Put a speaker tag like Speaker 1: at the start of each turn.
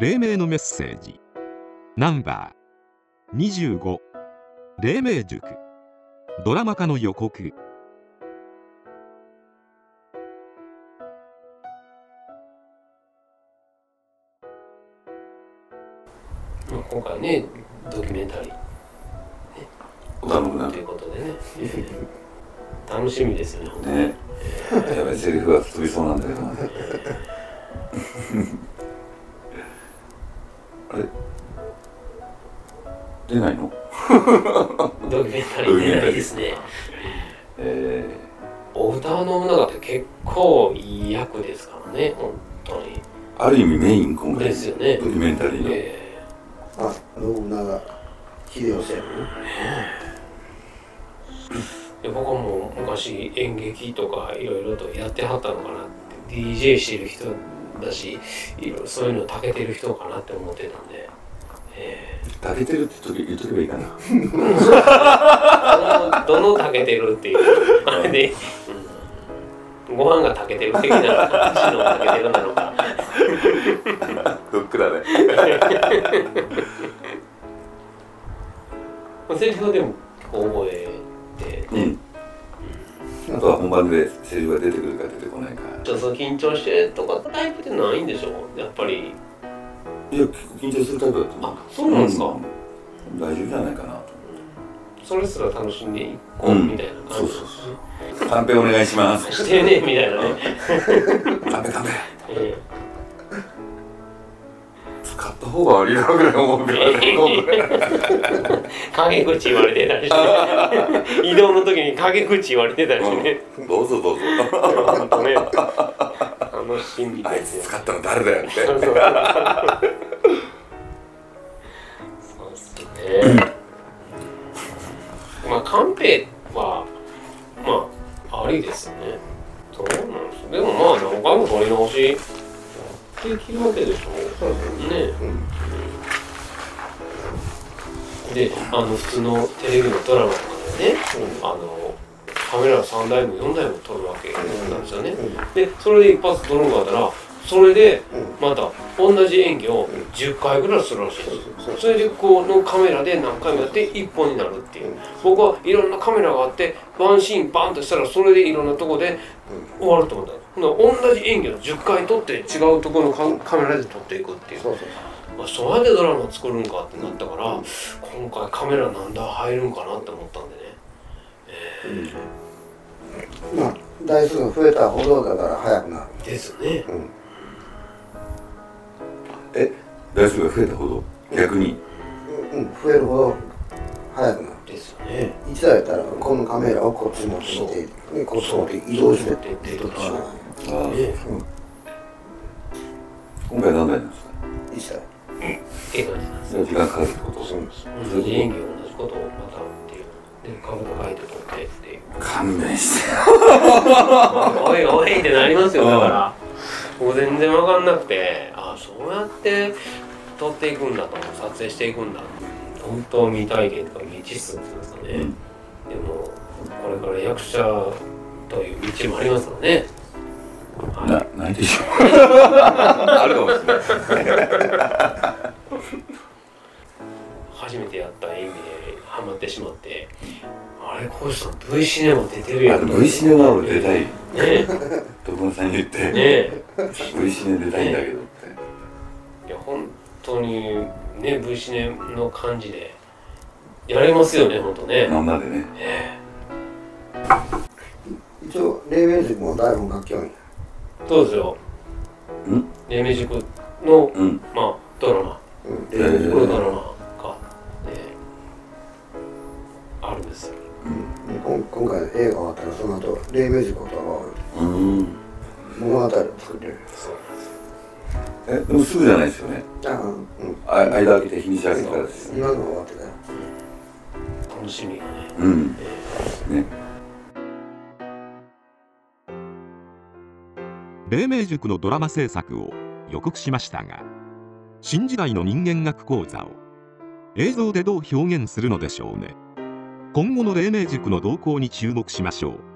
Speaker 1: 黎明のメッセージナンバー25黎明塾ドラマ化の予告
Speaker 2: まあ今回ねドキュメンタリー、ね、
Speaker 3: ガムが
Speaker 2: ということでね、えー楽しみですよね本当に
Speaker 3: ねやべセリフが飛びそうなんだけどな あれ出ないの
Speaker 2: ドキュメンタリーねいいですね
Speaker 3: え
Speaker 2: お歌の女がって結構いい役ですからね本当に
Speaker 3: ー、ある意味メイン今回
Speaker 2: ですよね
Speaker 3: ドキュメンタリーの、
Speaker 2: え
Speaker 4: あ、信長秀吉やもんね
Speaker 2: ーで僕はもう昔演劇とかいろいろとやってはったのかなって DJ してる人だしいろいろそういうの長けてる人かなって思ってたんで、え
Speaker 3: 食べてるって言っとけばいいかな
Speaker 2: ー、どのどの長けてるっていうあれで、うん、ご飯が炊けてる的な感じの炊けてるなのか
Speaker 3: どっくらね
Speaker 2: まあセリフはでも結構覚えて
Speaker 3: うんあとは本番でセリフが出てくるか出てこないか
Speaker 2: ちょっと緊張してとかタイプってないんでしょやっぱり
Speaker 3: いや結構緊張するタイプだと思う
Speaker 2: あそうなんですか、
Speaker 3: うん大丈夫じゃないかなと
Speaker 2: それすら楽しんでいこうみたいな感じ、
Speaker 3: うんカンペお願いします
Speaker 2: してねみたいなね、
Speaker 3: カンペカンペ
Speaker 2: え
Speaker 3: 使った方が悪いだろうぐらい思うけ どね
Speaker 2: ー陰口言われてたり してね移動の時に陰口言われてたりしてね
Speaker 3: どうぞどうぞ
Speaker 2: 本当ね楽しみ
Speaker 3: あい
Speaker 2: で
Speaker 3: つ
Speaker 2: すよ
Speaker 3: 使ったの誰だよって
Speaker 2: そうそうそうっすねまあカンペはまあありですよねどうなんですでもまあ何回も取り直しやってきるわけでしょ
Speaker 4: そう
Speaker 2: ね
Speaker 4: うん
Speaker 2: であの普通のテレビのドラマとかでね、あのカメラ3台も4台も撮るわけなんですよね、でそれで一発撮るんだったらそれでまた同じ演技を10回ぐらいするらしいんですよそれでこのカメラで何回もやって一本になるっていう僕はいろんなカメラがあってワンシーンバンとしたらそれでいろんなとこで終わると思ったほんなら同じ演技を10回撮って違うところのカカメラで撮っていくっていう
Speaker 4: そうそう
Speaker 2: あそうやってドラマ作るんかってなったから、今回カメラ何台入るんかなって思ったんでね
Speaker 4: まあ台数が増えたほどだから早くなる
Speaker 2: ですね
Speaker 3: え台数が増えたほど逆に
Speaker 4: うん増えるほど早くなる
Speaker 2: ですよね
Speaker 4: 一台やったらこのカメラをこっち持ってきてでこっち持って移動してって
Speaker 2: 出てき
Speaker 4: あ
Speaker 3: ああ
Speaker 2: ね
Speaker 3: 今回何台なんですか
Speaker 4: あ一台
Speaker 2: ええ感じなんです
Speaker 3: それは時間かかるってこと
Speaker 2: 同じ演技同じことをまたっていうでカメラ書いて撮ってっていう
Speaker 3: 勘弁して
Speaker 2: おいおいってなりますよだからもう全然分かんなくてあそうやって撮っていくんだと撮影していくんだ本当未体験とか未知数っていうんですかね、
Speaker 3: うん
Speaker 2: でもこれから役者という道もありますので、ね、
Speaker 3: なないでしょ あるかもしれない
Speaker 2: 初めてやった演技でハマってしまってあれこうしたの V シネマ出てるや
Speaker 3: あ
Speaker 2: ん
Speaker 3: の V シネは俺出たい
Speaker 2: ね
Speaker 3: 徳野さんに言っ
Speaker 2: え
Speaker 3: て、
Speaker 2: ねえ
Speaker 3: V シネ出たいんだけどって
Speaker 2: いや本当にね V シネの感じでやれますよね本当ね、
Speaker 3: まんまでね
Speaker 2: え
Speaker 4: 一応黎明塾も台本書きよんや
Speaker 2: えどうですよ
Speaker 3: ん
Speaker 2: レミ塾の
Speaker 3: うん
Speaker 2: まあドラマ
Speaker 4: うん
Speaker 3: え
Speaker 4: 黎明塾
Speaker 2: この
Speaker 3: ー
Speaker 2: ドラマが、ねえあるんですよ
Speaker 4: うん今回映画終わったらその後黎明塾とは
Speaker 3: うん
Speaker 4: 物語を作ってる
Speaker 2: そう
Speaker 3: えでもすぐじゃないですよね
Speaker 4: ああうん
Speaker 3: あ間空けて日にち空けてからですよね
Speaker 4: 今のは終わってたよ
Speaker 2: 楽しみがね
Speaker 3: うんね
Speaker 1: 黎明塾のドラマ制作を予告しましたが新時代の人間学講座を映像でどう表現するのでしょうね今後の黎明塾の動向に注目しましょう